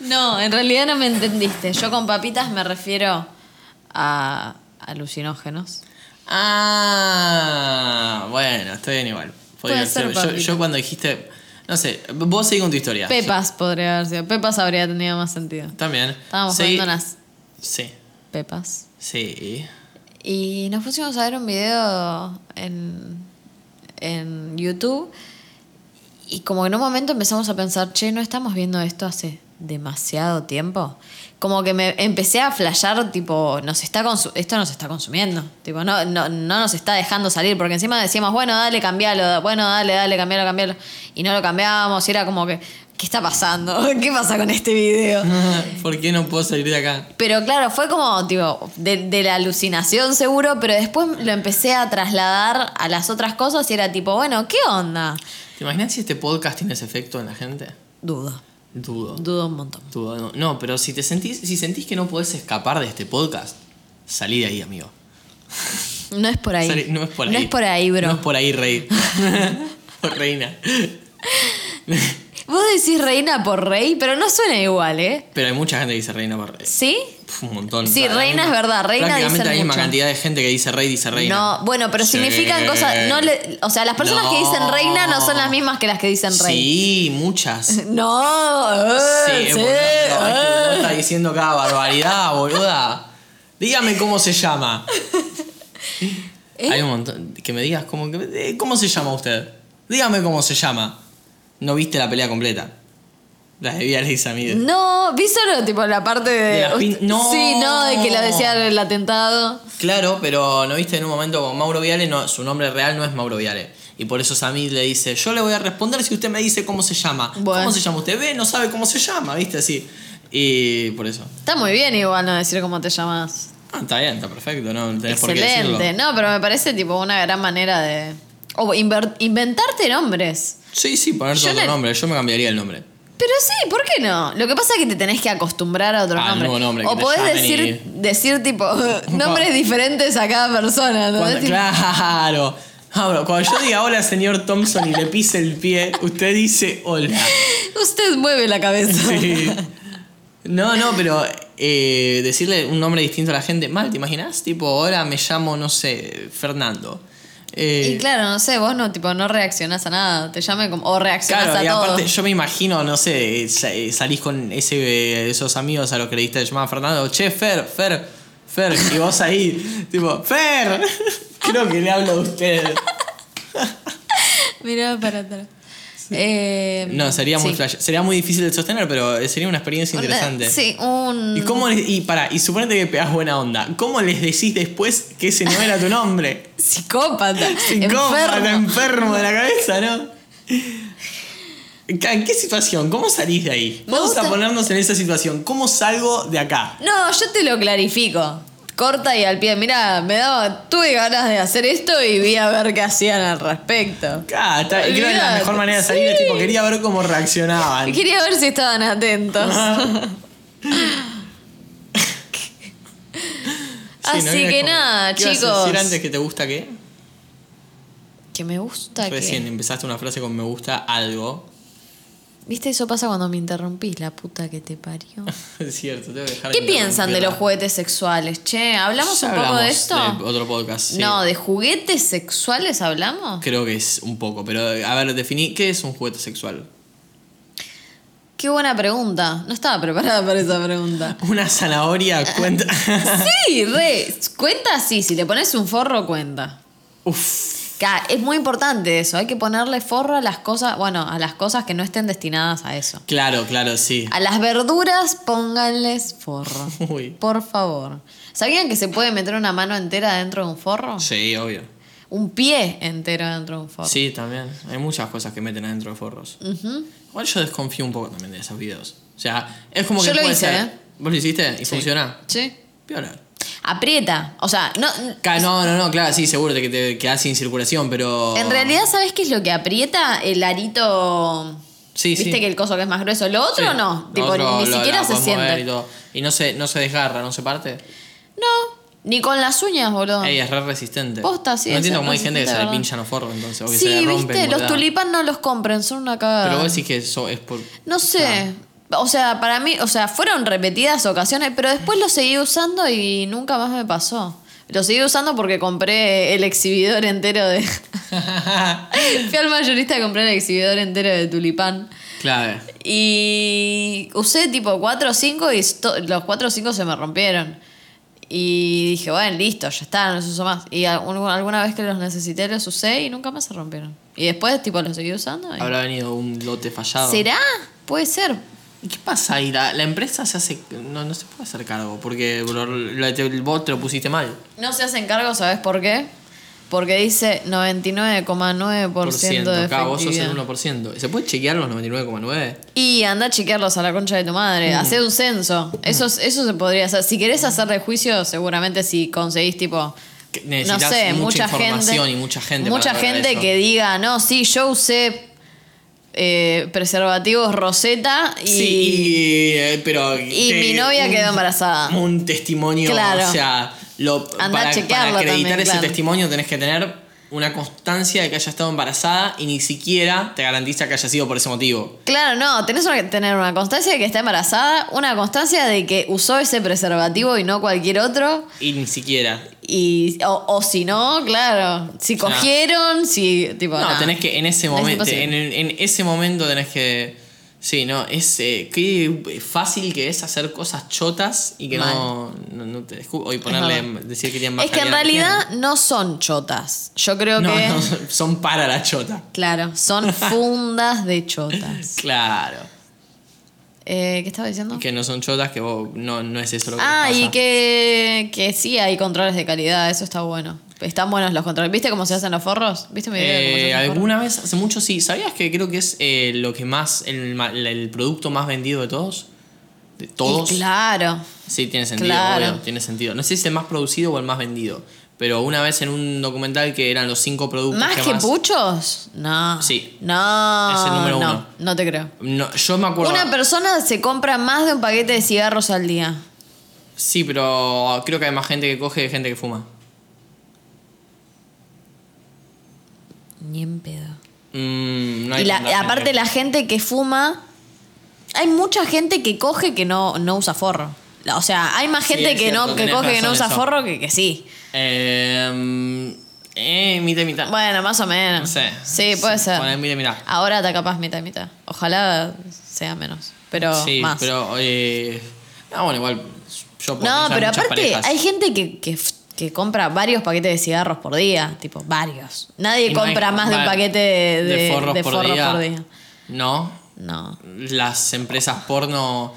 No, en realidad no me entendiste. Yo con papitas me refiero a alucinógenos. Ah, bueno, estoy bien igual. Podría Puede ser, yo, papito. yo cuando dijiste. No sé, vos seguís con tu historia. Pepas podría haber sido. Pepas habría tenido más sentido. Yo- También. Estábamos Seguí- comiendo unas Sí, pepas. sí. Y nos pusimos a ver un video en, en YouTube. Y como que en un momento empezamos a pensar, che, no estamos viendo esto hace demasiado tiempo. Como que me empecé a flashear, tipo, nos está consu- esto nos está consumiendo. Tipo, no, no, no nos está dejando salir. Porque encima decíamos, bueno, dale, cambialo, da- bueno, dale, dale, cambialo, cambialo. Y no lo cambiábamos. Y era como que, ¿qué está pasando? ¿Qué pasa con este video? ¿Por qué no puedo salir de acá? Pero claro, fue como, tipo, de, de la alucinación seguro, pero después lo empecé a trasladar a las otras cosas y era tipo, bueno, ¿qué onda? ¿Te imaginas si este podcast tiene ese efecto en la gente? Dudo, Dudo. dudo un montón. Dudo, no. No, pero si te sentís, si sentís que no podés escapar de este podcast, salí de ahí, amigo. No es por ahí. Salí- no es por ahí. No es por ahí, bro. No es por ahí, rey. O reina. Vos decís reina por rey, pero no suena igual, ¿eh? Pero hay mucha gente que dice reina por rey. ¿Sí? Pf, Un montón. Sí, O sea, la reina misma- es verdad, reina Prácticamente dicen la misma mucho. cantidad de gente que dice rey dice reina. No, bueno, pero Sí. significan cosas. No le, o sea, las personas que dicen No. reina no son las mismas que las que dicen rey. Sí, muchas. No, eh, Sí, sí, es por ejemplo, es que eh. vos estás diciendo cada barbaridad, boluda. Dígame cómo se llama. ¿Eh? Hay un montón. Que me digas cómo, eh, cómo se llama usted. Dígame cómo se llama. No viste la pelea completa. La de Vía Lisa Mide. No, vi solo tipo la parte de. De las pin- no. Sí, no, de que la decía el atentado. Claro, pero no viste en un momento como Mauro Viale, no, su nombre real no es Mauro Viale. Y por eso Samid le dice, yo le voy a responder si usted me dice cómo se llama. Bueno. ¿Cómo se llama usted? Ve, no sabe cómo se llama, viste así. Y por eso. Está muy bien igual no decir cómo te llamas. Ah, está bien, está perfecto, no tenés por qué decirlo. Excelente. No, pero me parece tipo una gran manera de. O inver- inventarte nombres. Sí, sí, ponerte Yo otro le- nombre. Yo me cambiaría el nombre. Pero sí, ¿por qué no? Lo que pasa es que te tenés que acostumbrar a otro Al nombre. nuevo nombre, o que te podés llamen decir, decir tipo nombres diferentes a cada persona. ¿no? Cuando- claro. Ah, bro, cuando yo diga hola, señor Thompson, y le pise el pie, usted dice hola. Usted mueve la cabeza. Sí. No, no, pero eh, decirle un nombre distinto a la gente, mal, ¿te imaginas? Tipo, ahora me llamo, no sé, Fernando. Eh, Y claro, no sé, vos no, tipo, no reaccionás a nada. Te llame como. O reaccionás claro, y a todo. aparte, yo me imagino, no sé, eh, sa- eh, salís con ese, eh, esos amigos a los que le diste llamada Fernando, che, Fer, Fer, Fer, y vos ahí, tipo, Fer, creo que le hablo a usted. Mirá para atrás. Eh, No, sería muy sí. flash. Sería muy difícil de sostener, pero eh, sería una experiencia Una- interesante. Sí, un. ¿Y cómo les- y para, y suponete que pegás buena onda, ¿cómo les decís después que ese no era tu nombre? Psicópata. Psicópata, enfermo. enfermo de la cabeza, ¿no? ¿En qué situación? ¿Cómo salís de ahí? Me Vamos gusta- a ponernos en esa situación. ¿Cómo salgo de acá? No, yo te lo clarifico. Corta y al pie. Mira, me daba. Tuve ganas de hacer esto y vi a ver qué hacían al respecto. Ah, está- creo que la Olvidate, mejor manera de salir es sí. tipo, quería ver cómo reaccionaban. Quería ver si estaban atentos. Ah. Sí, ¿no? Así Era que como- nada, ¿Qué ibas a chicos. decir antes que te gusta qué? Que me gusta Recién que. empezaste una frase con me gusta algo. ¿Viste? Eso pasa cuando me interrumpís, la puta que te parió. Es cierto, tengo que dejar ¿Qué de piensan de los interrumpirla. juguetes sexuales? Che, ¿hablamos Ya un poco de hablamos esto? de otro podcast. sí. No, ¿de juguetes sexuales hablamos? Creo que es un poco, pero a ver, definí, ¿qué es un juguete sexual? Qué buena pregunta. No estaba preparada para esa pregunta. Una zanahoria cuenta. Sí, re. Cuenta sí, si le pones un forro, cuenta. Uf, Ca- Es muy importante eso. Hay que ponerle forro a las cosas, bueno, a las cosas que no estén destinadas a eso. claro, claro, sí. A las verduras, pónganles forro. Uy. Por favor. ¿Sabían que se puede meter una mano entera dentro de un forro? Sí, obvio. un pie entero dentro de un forro. Sí, también. Hay muchas cosas que meten adentro de forros. Igual yo desconfío un poco también de esos videos. O sea, es como que Yo lo puede hice, ser. ¿eh? ¿Vos lo hiciste? ¿Y funciona? Sí. Piola. Aprieta. O sea, no. Ca- No, no, no, claro, sí, seguro que te quedás sin circulación, pero. En realidad, ¿sabes qué es lo que aprieta? El arito. Sí, sí. Viste que el coso que es más grueso. Lo Sí. otro no. Lo tipo, otro ni lo- la siquiera se podés mover siente. Y, todo. y no se, no se desgarra, no se parte. No, ni con las uñas, boludo. Ey, es re resistente. Posta, sí, No es entiendo cómo hay gente que resistente, se le ¿verdad? pinchan los forros, entonces. O que se sí, le rompen. viste, los boluda. tulipán no los compren, son una cagada. Pero vos decís que eso es por. No sé. O sea, para mí, o sea, fueron repetidas ocasiones, pero después lo seguí usando y nunca más me pasó. Lo seguí usando porque compré el exhibidor entero de. Fui al mayorista a comprar el exhibidor entero de tulipán. Clave. Y usé tipo 4 o 5 y to- los 4 o 5 se me rompieron. Y dije, bueno, listo, ya está, no se uso más. Y al- alguna vez que los necesité los usé y nunca más se rompieron. Y después tipo los seguí usando. y- Habrá venido un lote fallado. ¿Será? Puede ser. ¿Y qué pasa ahí? La, la empresa se hace. No, no se puede hacer cargo porque lo- lo- te- vos te lo pusiste mal. No se hacen cargo, ¿sabes por qué? Porque dice 99,9% Por ciento. de Acá vos sos el efectividad. 1%. ¿Se puede chequear los 99,9? Y anda a chequearlos a la concha de tu Mm. madre. Hacé un censo. Eso, es- eso se podría hacer. Si querés hacer de juicio, seguramente si conseguís, tipo. Que No necesitas sé, mucha mucha, información gente. y mucha gente Mucha para lograr gente eso. que diga, no, sí, yo usé eh, preservativos Rosetta y. Sí, y, eh, pero. Y que mi novia un- quedó embarazada. Un testimonio. Claro. O sea, lo, Andá a para, chequearlo para acreditar también, ese claro. testimonio tenés que tener una constancia de que haya estado embarazada y ni siquiera te garantiza que haya sido por ese motivo. Claro, no, tenés que tener una constancia de que está embarazada, una constancia de que usó ese preservativo y no cualquier otro. Y ni siquiera. Y, o, o si no, claro. Si Claro. cogieron, si. Tipo, No, nada. tenés que en ese Es momento, imposible. en, el- en ese momento tenés que. Sí, no, es eh, qué fácil que es hacer cosas chotas y que no, no, no te descu- O y ponerle, verdad. decir que tienen más Es que en calidad realidad no son chotas. Yo creo tienen. que. No, no, son para la chota. Claro, son fundas de chotas. Claro. Eh, ¿Qué estaba diciendo? Que no son chotas, que vos, no, no es eso lo que ah, pasa. y que, que sí hay controles de calidad, eso está bueno. Están buenos los controles. ¿Viste cómo se hacen los forros? ¿Viste mi video de cómo se Eh, hacen los forros? alguna vez, hace mucho sí. ¿Sabías que creo que es eh, lo que más, el, ma- el producto más vendido de todos? De todos. Y claro. Sí, tiene sentido, Claro. obvio, tiene sentido. No sé si es el más producido o el más vendido, pero una vez en un documental que eran los cinco productos ¿Más que más- puchos? No. Sí. No. Es el número no, uno. No te creo. No, yo me acuerdo. Una persona se compra más de un paquete de cigarros al día. Sí, pero creo que hay más gente que coge que gente que fuma. Ni en pedo. Mm, no hay y la- tanta gente. aparte la gente que fuma, hay mucha gente que coge que no, no usa forro. La- O sea, hay más Sí, gente es que cierto, no que tenés coge que no razón usa eso. forro que, que sí. Eh, eh, mitad y mitad. Bueno, más o menos. no sé. Sí, puede ser. Poné mitad y mitad. Ahora está capaz mitad y mitad. Ojalá sea menos, pero sí, más. pero. Eh, no, bueno, igual. Yo puedo no, pensar pero muchas aparte parejas. hay gente que, que, f- que compra varios paquetes de cigarros por día, tipo varios. Nadie Y no hay- compra más de un va- paquete de, de- de forros, por, día. No, No. las empresas porno.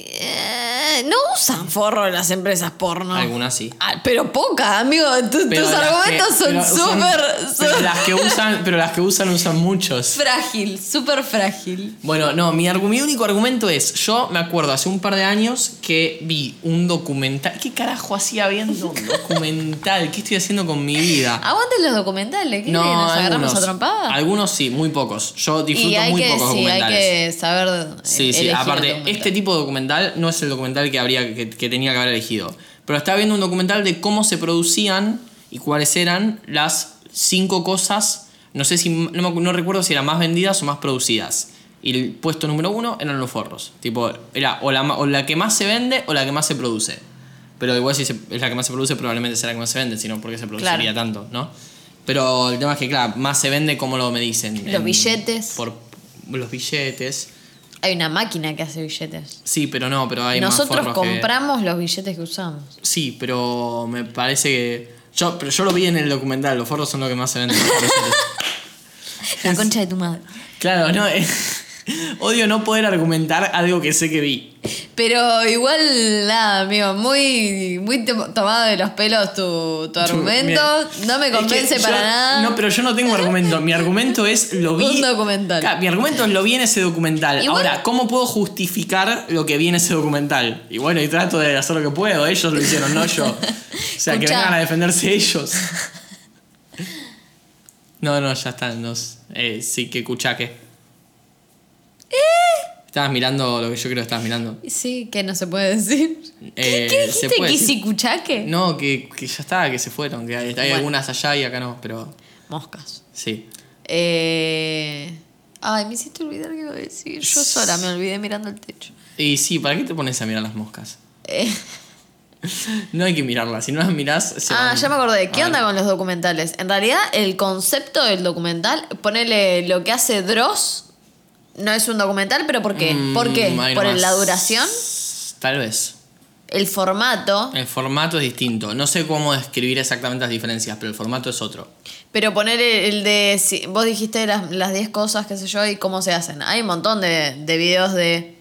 Eh, no usan forro las empresas porno. Algunas sí. Ah, pero poca, amigo. Tu- Pero tus las argumentos que- pero son súper pero son las que usan pero las que usan usan muchos frágil, súper frágil. bueno no mi, argu- mi único argumento es yo me acuerdo hace un par de años que vi un documental qué carajo hacía viendo un documental qué estoy haciendo con mi vida Aguanten los documentales, ¿qué creen? ¿Nos agarramos a trompadas? algunos sí muy pocos yo disfruto Y hay muy que, pocos sí, hay documentales que saber. eh, Sí, sí, elegir el aparte, documental. este tipo de documental no es el documental que, habría, que, que tenía que haber elegido. Pero estaba viendo un documental de cómo se producían y cuáles eran las cinco cosas, no sé si, no, me acu- no recuerdo si eran más vendidas o más producidas. Y el puesto número uno eran los forros. Tipo, era o la, ma- o la que más se vende o la que más se produce. Pero igual si se- es la que más se produce, probablemente será la que más se vende, sino porque se produciría Claro. tanto, ¿no? Pero el tema es que, claro, más se vende como lo me dicen. Los billetes. Por los billetes. Hay una máquina que hace billetes. Sí, pero no, pero hay más Nosotros forros que- compramos los billetes que usamos. Sí, pero me parece que... Yo, pero yo lo vi en el documental, los forros son lo que más se venden. La concha de tu madre. claro, no... es- Odio no poder argumentar algo que sé que vi. Pero igual, nada, amigo, muy, muy tem- tomado de los pelos tu, tu argumento. Bien. No me Es que convence yo- para nada. No, pero yo no tengo argumento. Mi argumento es lo vi. Un documental. Claro, mi argumento es lo vi en ese documental. Igual- Ahora, ¿cómo puedo justificar lo que vi en ese documental? Y bueno, y trato de hacer lo que puedo. Ellos lo hicieron, no yo. O sea, que Escuchá. vengan a defenderse ellos. No, no, ya está. no s- eh, sí, que cuchaque. ¿Eh? Estabas mirando lo que yo creo que estabas mirando. Sí, que no se puede decir. Eh, ¿Qué se dijiste? puede decir- ¿Quisicuchaque? No, que, que ya está, que se fueron. Que hay, hay Bueno. algunas allá y acá no, pero Moscas. sí. Eh... Ay, me hiciste olvidar que iba a decir. Yo sola me olvidé mirando el techo. Y sí, ¿para qué te pones a mirar las moscas? Eh, No hay que mirarlas, si no las mirás... se ah, van. ya me acordé. ¿Qué Ah, onda con los documentales? En realidad, el concepto del documental, ponele lo que hace Dross, no es un documental, pero ¿por qué? mm, ¿Por qué? ahí ¿Por nomás. la duración? Tal vez. ¿El formato? El formato es distinto. No sé cómo describir exactamente las diferencias, pero el formato es otro. Pero poner el, el de. si- vos dijiste las las 10 cosas, qué sé yo, y cómo se hacen. Hay un montón de, de videos de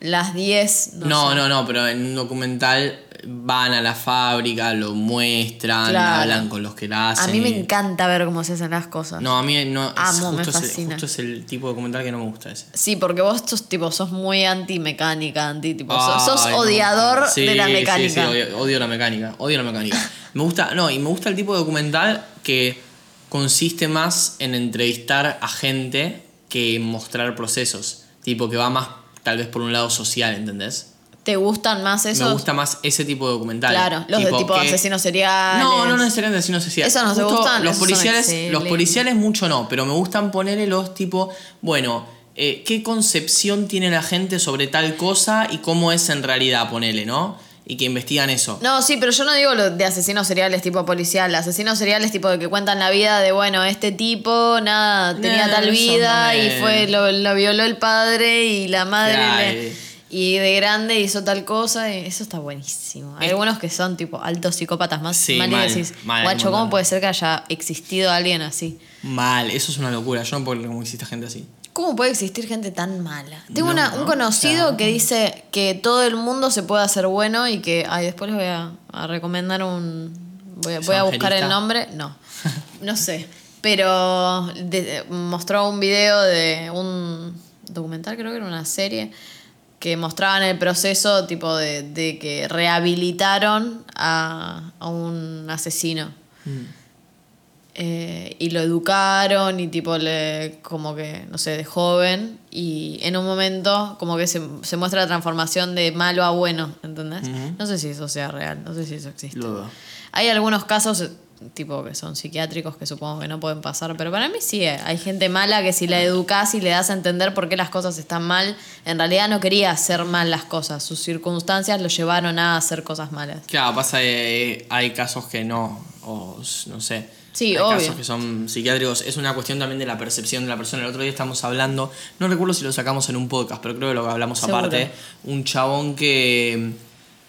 las 10. No, no, sé. no, pero en un documental van a la fábrica, lo muestran, Claro. hablan con los que la A hacen. mí me y- encanta ver cómo se hacen las cosas. No, a mí no... es Amo, me justo ese- fascina. justo es el tipo de documental que no me gusta ese. Sí, porque vos sos tipo, sos muy anti mecánica, anti tipo. Ay, sos, sos no. odiador Sí, de la sí, mecánica. sí, odio, odio la mecánica, odio la mecánica. Me gusta, no, y me gusta el tipo de documental que consiste más en entrevistar a gente que en mostrar procesos. Tipo que va más tal vez por un lado social, ¿entendés? ¿Te gustan más esos? Me gusta más ese tipo de documental. Claro, los de tipo que- asesinos seriales. No, no necesariamente asesinos sociales. Esos no te gustan, Los esos son policiales, los excelentes. policiales mucho no, pero me gustan ponerle los tipo, bueno, eh, ¿qué concepción tiene la gente sobre tal cosa y cómo es en realidad, ponele, ¿no? Y que investigan eso. No, sí, pero yo no digo lo de asesinos seriales tipo policial. Asesinos seriales tipo de que cuentan la vida de, bueno, este tipo, nada, tenía No, Eh, tal eso vida no y es. fue, lo, lo violó el padre y la madre. Claro. le- y de grande hizo tal cosa. y eso está buenísimo. Hay Eh. algunos que son tipo altos psicópatas más. Sí, mal, y mal, decís, mal, un guacho, ¿cómo montón. puede ser que haya existido alguien así? Mal, eso es una locura. Yo no puedo creer cómo existe gente así. ¿Cómo puede existir gente tan mala? Tengo No, una- no, un conocido claro. que dice que todo el mundo se puede hacer bueno y que. Ay, después les voy a, a recomendar un. Voy, a- voy a buscar el Evangelista. nombre. No. No sé. Pero de- mostró un video de un documental, creo que era una serie, que mostraban el proceso tipo de, de que rehabilitaron a, a un asesino. Eh, y lo educaron y tipo le como que no sé de joven y en un momento como que se, se muestra la transformación de malo a bueno ¿entendés? no sé si eso sea real no sé si eso existe Lo dudo. hay algunos casos eh, tipo que son psiquiátricos que supongo que no pueden pasar pero para mí sí eh, hay gente mala que si la educas y le das a entender por qué las cosas están mal en realidad no quería hacer mal las cosas sus circunstancias lo llevaron a hacer cosas malas Claro, pasa que hay casos que no, o s- no sé. Sí, hay obvio. casos que son psiquiátricos. Es una cuestión también de la percepción de la persona. El otro día estamos hablando, no recuerdo si lo sacamos en un podcast, pero creo que lo hablamos Seguro. aparte. Un chabón que,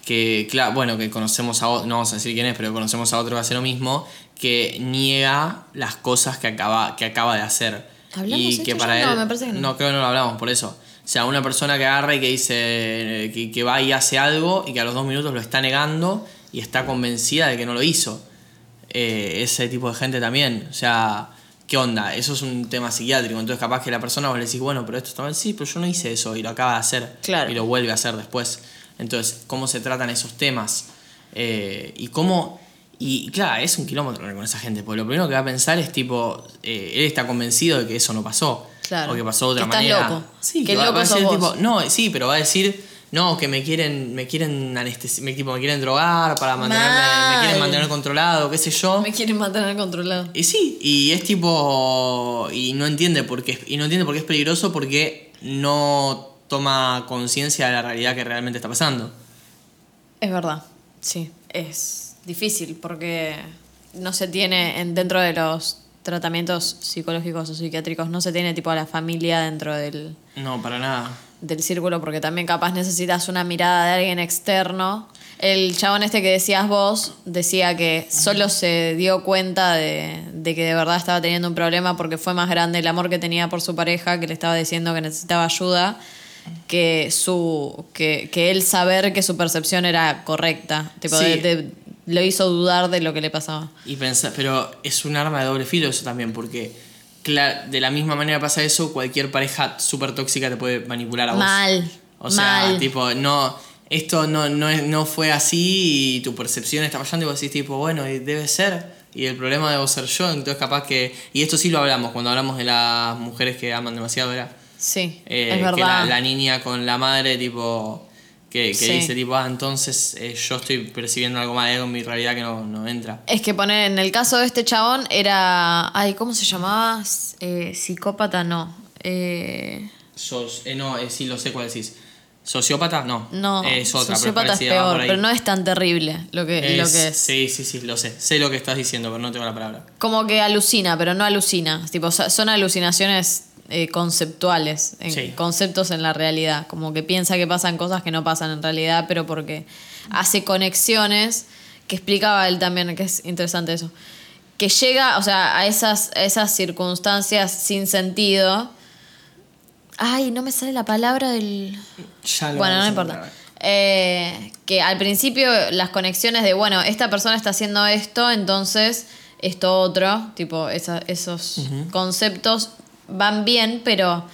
que claro, bueno, que conocemos a otro, no vamos a decir quién es, pero conocemos a otro que hace lo mismo, que niega las cosas que acaba, que acaba de hacer. ¿Hablamos y esto que ya? para No, él, me parece que no. no, creo que no lo hablamos, por eso. O sea, una persona que agarra y que dice eh, que, que va y hace algo y que a los dos minutos lo está negando y está convencida de que no lo hizo. Eh, ese tipo de gente también. O sea, ¿qué onda? Eso es un tema psiquiátrico. Entonces, capaz que la persona vos le decís, bueno, pero esto está mal. Sí, pero yo no hice eso y lo acaba de hacer. Claro. Y lo vuelve a hacer después. Entonces, ¿cómo se tratan esos temas? Eh, y cómo. Y claro, es un kilómetro hablar con esa gente, porque lo primero que va a pensar es tipo, eh, él está convencido de que eso no pasó. Claro. O que pasó de otra Que estás manera. loco. Sí, Que que va, loco va a sos decir vos. tipo, no, sí, pero va a decir, no, que me quieren, me quieren anestesi- me, tipo, me quieren drogar para mantenerme, me Mal. quieren mantener controlado, qué sé yo. me quieren mantener controlado Y sí, y es tipo. Y no entiende por qué, y no entiende por qué es peligroso porque no toma conciencia de la realidad que realmente está pasando. Es verdad, sí. Es difícil porque no se tiene en- dentro de los tratamientos psicológicos o psiquiátricos, no se tiene tipo a la familia dentro del, No, para nada. del círculo porque también capaz necesitas una mirada de alguien externo. el chabón este que decías vos decía que solo se dio cuenta de, de que de verdad estaba teniendo un problema porque fue más grande el amor que tenía por su pareja, que le estaba diciendo que necesitaba ayuda, que su que, que él saber que su percepción era correcta. Tipo, Sí. de- de- lo hizo dudar de lo que le pasaba. Y pensá- pero es un arma de doble filo eso también, porque cla- de la misma manera pasa eso, cualquier pareja súper tóxica te puede manipular a vos. Mal, O sea, mal. tipo, no, esto no, no, es- no fue así y tu percepción está fallando y vos decís, tipo, bueno, y debe ser. Y el problema debo ser yo, entonces capaz que. Y esto sí lo hablamos cuando hablamos de las mujeres que aman demasiado, era. Sí, Eh, es que la- verdad. la, niña con la madre, tipo, que, que Sí. dice, tipo, ah, entonces eh, yo estoy percibiendo algo mal, hay algo en mi realidad que no, no entra. Es que poner en el caso de este chabón era. Ay, ¿cómo se llamaba? S- eh, psicópata, no. Eh, Sos, eh, no, eh, sí, lo sé cuál decís. ¿Sociópata? No. no, Eh, es otra, sociópata es pero, parecida, va peor, por ahí. pero no es tan terrible lo que, lo que es. Sí, sí, sí, lo sé. Sé lo que estás diciendo, pero no tengo la palabra. Como que alucina, pero no alucina. Tipo, so- son alucinaciones eh, conceptuales, en- Sí. conceptos en la realidad. Como que piensa que pasan cosas que no pasan en realidad, pero porque hace conexiones que explicaba él también, que es interesante eso. Que llega, o sea, a esas, a esas circunstancias sin sentido. Ay, no me sale la palabra del. Ya lo Bueno, no vamos a importa. encontrar. Eh, que al principio las conexiones de, bueno, esta persona está haciendo esto, entonces esto otro, tipo, esa- esos conceptos van bien, pero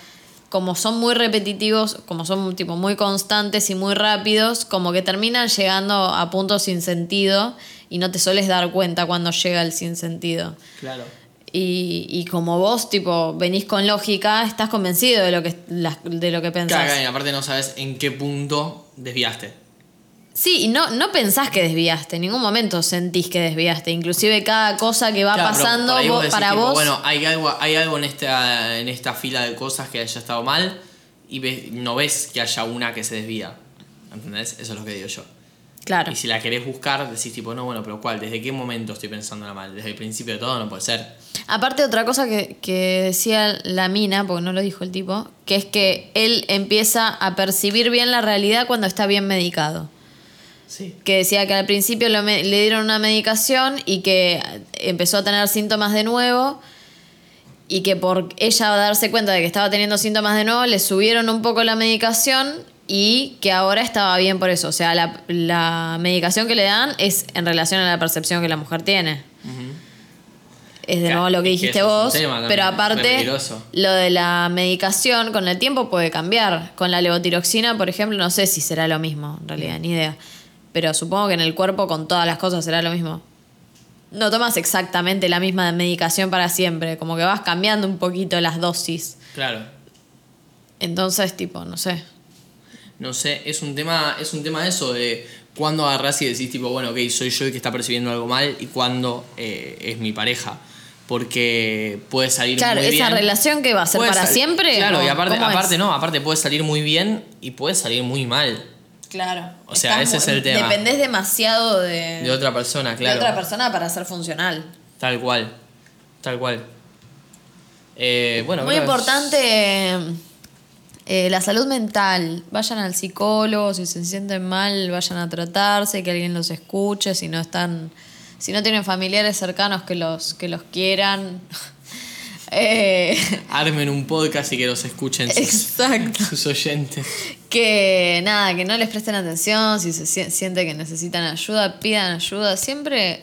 como son muy repetitivos, como son tipo muy constantes y muy rápidos, como que terminan llegando a puntos sin sentido y no te sueles dar cuenta cuando llega el sin sentido. Claro. Y, y como vos, tipo, venís con lógica, estás convencido de lo que, las- de lo que pensás. Claro, y aparte no sabes en qué punto desviaste. Sí, y no, no pensás que desviaste, en ningún momento sentís que desviaste. Inclusive cada cosa que va Claro, pero pasando por ahí vos- decís, para tipo, vos. Bueno, hay algo, hay algo en, esta, en esta fila de cosas que haya estado mal y ves- no ves que haya una que se desvía. ¿Entendés? Eso es lo que digo yo. claro. Y si la querés buscar, decís tipo, no, bueno, pero ¿cuál? ¿Desde qué momento estoy pensándola mal? ¿Desde el principio de todo? No puede ser. Aparte, otra cosa que, que decía la mina, porque no lo dijo el tipo, que es que él empieza a percibir bien la realidad cuando está bien medicado. Sí. que decía que al principio lo me- le dieron una medicación y que empezó a tener síntomas de nuevo y que por ella darse cuenta de que estaba teniendo síntomas de nuevo le subieron un poco la medicación y que ahora estaba bien por eso. O sea, la, la medicación que le dan es en relación a la percepción que la mujer tiene. Es de Claro, nuevo lo que es que dijiste eso es un vos, tema también, pero es re aparte peligroso. lo de la medicación con el tiempo puede cambiar. Con la levotiroxina, por ejemplo, no sé si será lo mismo, en realidad, ni idea. Pero supongo que en el cuerpo con todas las cosas será lo mismo. No tomas exactamente la misma medicación para siempre, como que vas cambiando un poquito las dosis. Claro. Entonces, tipo, no sé. No sé, es un tema, es un tema eso de cuando agarrás y decís tipo, bueno, ok, soy yo el que está percibiendo algo mal y cuando es mi pareja. Porque puede salir Claro, muy esa bien. relación que va a ser Puede para sal- siempre. Claro, ¿O y aparte, cómo es? aparte no, aparte puede salir muy bien y puede salir muy mal Claro. O sea, ese es el tema. Dependés demasiado de, de otra persona, de claro. otra persona para ser funcional. Tal cual. Tal cual. Eh, bueno, Muy creo que es- importante eh, eh, la salud mental. Vayan al psicólogo, si se sienten mal, vayan a tratarse, que alguien los escuche, si no están, si no tienen familiares cercanos que los, que los quieran. Eh, Armen un podcast y que los escuchen sus, exacto. sus oyentes. Que nada, que no les presten atención, si se sien- siente que necesitan ayuda, pidan ayuda. Siempre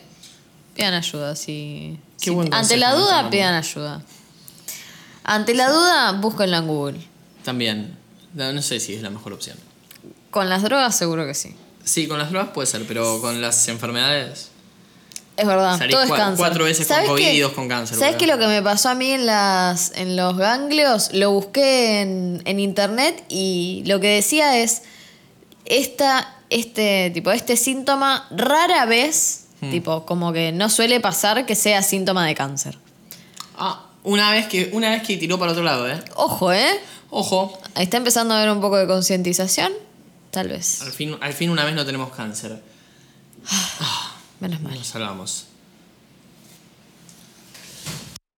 pidan ayuda. Si, Qué si- buen ante consejo la me están duda, dando. pidan ayuda. Ante la duda, búsquenla en Google. También. No, no sé si es la mejor opción. Con las drogas seguro que sí. Sí, con las drogas puede ser, pero con las enfermedades. Es verdad, Salís todo es cua- cáncer. cuatro veces con ¿Sabés COVID y qué? dos con cáncer, ¿Sabes boludo? qué lo que me pasó a mí en las en los ganglios? Lo busqué en, en internet y lo que decía es esta este tipo este síntoma rara vez, Hmm. tipo como que no suele pasar que sea síntoma de cáncer. Ah, una vez que, una vez que tiró para otro lado, ¿eh? Ojo, ¿eh? Ojo, Está empezando a haber un poco de concientización, tal vez. al fin, al fin una vez no tenemos cáncer. Menos mal. Nos salvamos.